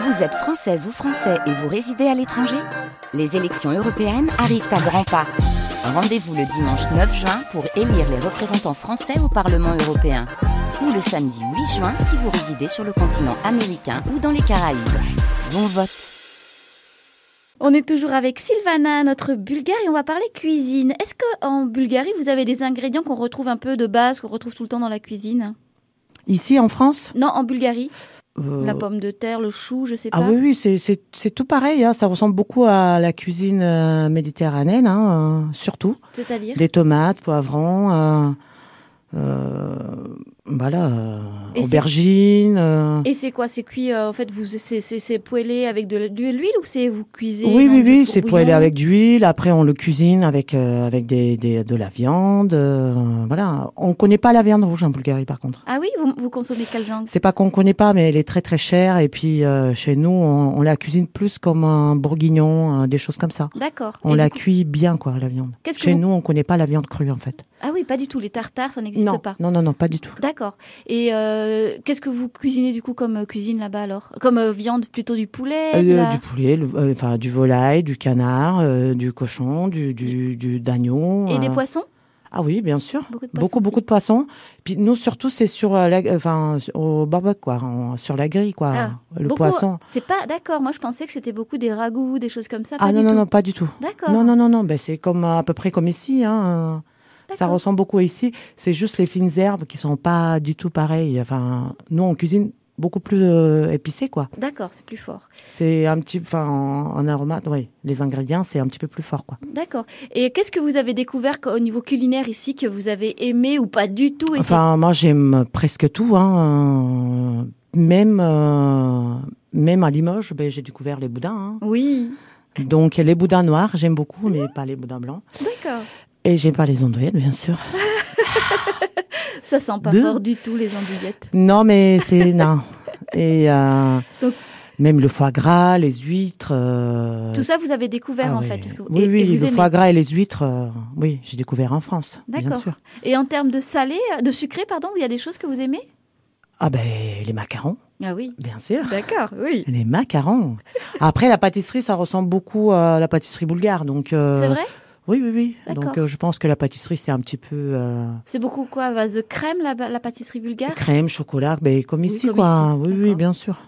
Vous êtes française ou français et vous résidez à l'étranger Les élections européennes arrivent à grands pas. Rendez-vous le dimanche 9 juin pour élire les représentants français au Parlement européen. Ou le samedi 8 juin si vous résidez sur le continent américain ou dans les Caraïbes. Bon vote On est toujours avec Sylvana, notre Bulgare, et on va parler cuisine. Est-ce que en Bulgarie, vous avez des ingrédients qu'on retrouve un peu de base, qu'on retrouve tout le temps dans la cuisine Ici, en France Non, en Bulgarie. euh, La pomme de terre, le chou, je sais pas. Ah oui, oui, c'est- c'est c'est tout pareil. hein. Ça ressemble beaucoup à la cuisine euh, méditerranéenne, hein, euh, surtout. C'est-à-dire Des tomates, poivrons, euh, euh, voilà, euh, Et c'est- aubergines. euh. Et c'est quoi C'est cuit, euh, en fait, vous c'est- c'est c'est poêlé avec de l- de l'huile ou c'est vous cuisez Oui, dans oui, du oui, c'est tourbouillon poêlé avec d'huile. Après, on le cuisine avec euh, avec des, des- de la viande. euh, voilà, on connaît pas la viande rouge en Bulgarie, par contre. Ah oui, vous, vous consommez quelle viande C'est pas qu'on connaît pas, mais elle est très très chère. Et puis euh, chez nous, on, on la cuisine plus comme un bourguignon, euh, des choses comme ça. D'accord. On Et la du coup- cuit bien, quoi, la viande. Qu'est-ce que Chez vous- nous, on connaît pas la viande crue, en fait. Ah oui, pas du tout. Les tartares, ça n'existe Non, pas. non, non, non, pas du tout. D'accord. Et euh, qu'est-ce que vous cuisinez du coup comme euh, cuisine là-bas alors Comme euh, viande plutôt du poulet de Euh, la- Du poulet, le- euh, enfin du volaille, du canard, euh, du cochon, du du du- d'agneau. Et des euh. poissons Ah oui, bien sûr. Beaucoup de beaucoup, poissons, beaucoup de poissons. Puis nous, surtout, c'est sur euh, la, enfin, au barbecue, quoi, en- sur la grille, quoi, Ah, le Beaucoup- poisson. C'est pas d'accord. Moi, je pensais que c'était beaucoup des ragoûts, des choses comme ça. Ah pas non, du non, tout. non, pas du tout. D'accord. Non, non, non, non, ben, c'est comme euh, à peu près comme ici. Hein. euh, Ça D'accord. ressemble beaucoup à ici. C'est juste les fines herbes qui sont pas du tout pareilles. Enfin, nous, on cuisine beaucoup plus euh, épicé, quoi. D'accord, c'est plus fort. C'est un petit, enfin, en, en aromate, oui. Les ingrédients, c'est un petit peu plus fort, quoi. D'accord. Et qu'est-ce que vous avez découvert au niveau culinaire ici que vous avez aimé ou pas du tout et Enfin, moi, j'aime presque tout. Hein. euh, Même, euh, même à Limoges, ben, j'ai découvert les boudins. hein. que- Oui. Donc les boudins noirs, j'aime beaucoup, mais pas les boudins blancs. D'accord. Et j'aime pas les andouillettes, bien sûr. Ça sent pas Deux. fort du tout les andouillettes. Non, mais c'est non. Et euh, Donc- même le foie gras, les huîtres. euh, Tout ça, vous avez découvert ah en oui. fait. parce que vous- Oui, et, oui, et vous le aimez. foie gras et les huîtres. euh, oui, j'ai découvert en France, bien D'accord. sûr. Et en termes de salé, euh, de sucré, pardon, il y a des choses que vous aimez Ah ben les macarons, Ah oui. bien sûr. D'accord, oui. Les macarons. Après, la pâtisserie, ça ressemble beaucoup à la pâtisserie bulgare. Donc, euh, C'est vrai Oui, oui, oui. D'accord. Donc, euh, je pense que la pâtisserie, c'est un petit peu euh, C'est beaucoup quoi à base de crème, la, la pâtisserie bulgare crème, chocolat, ben, comme Oui, ici, comme quoi. ici. Oui, oui, D'accord. bien sûr.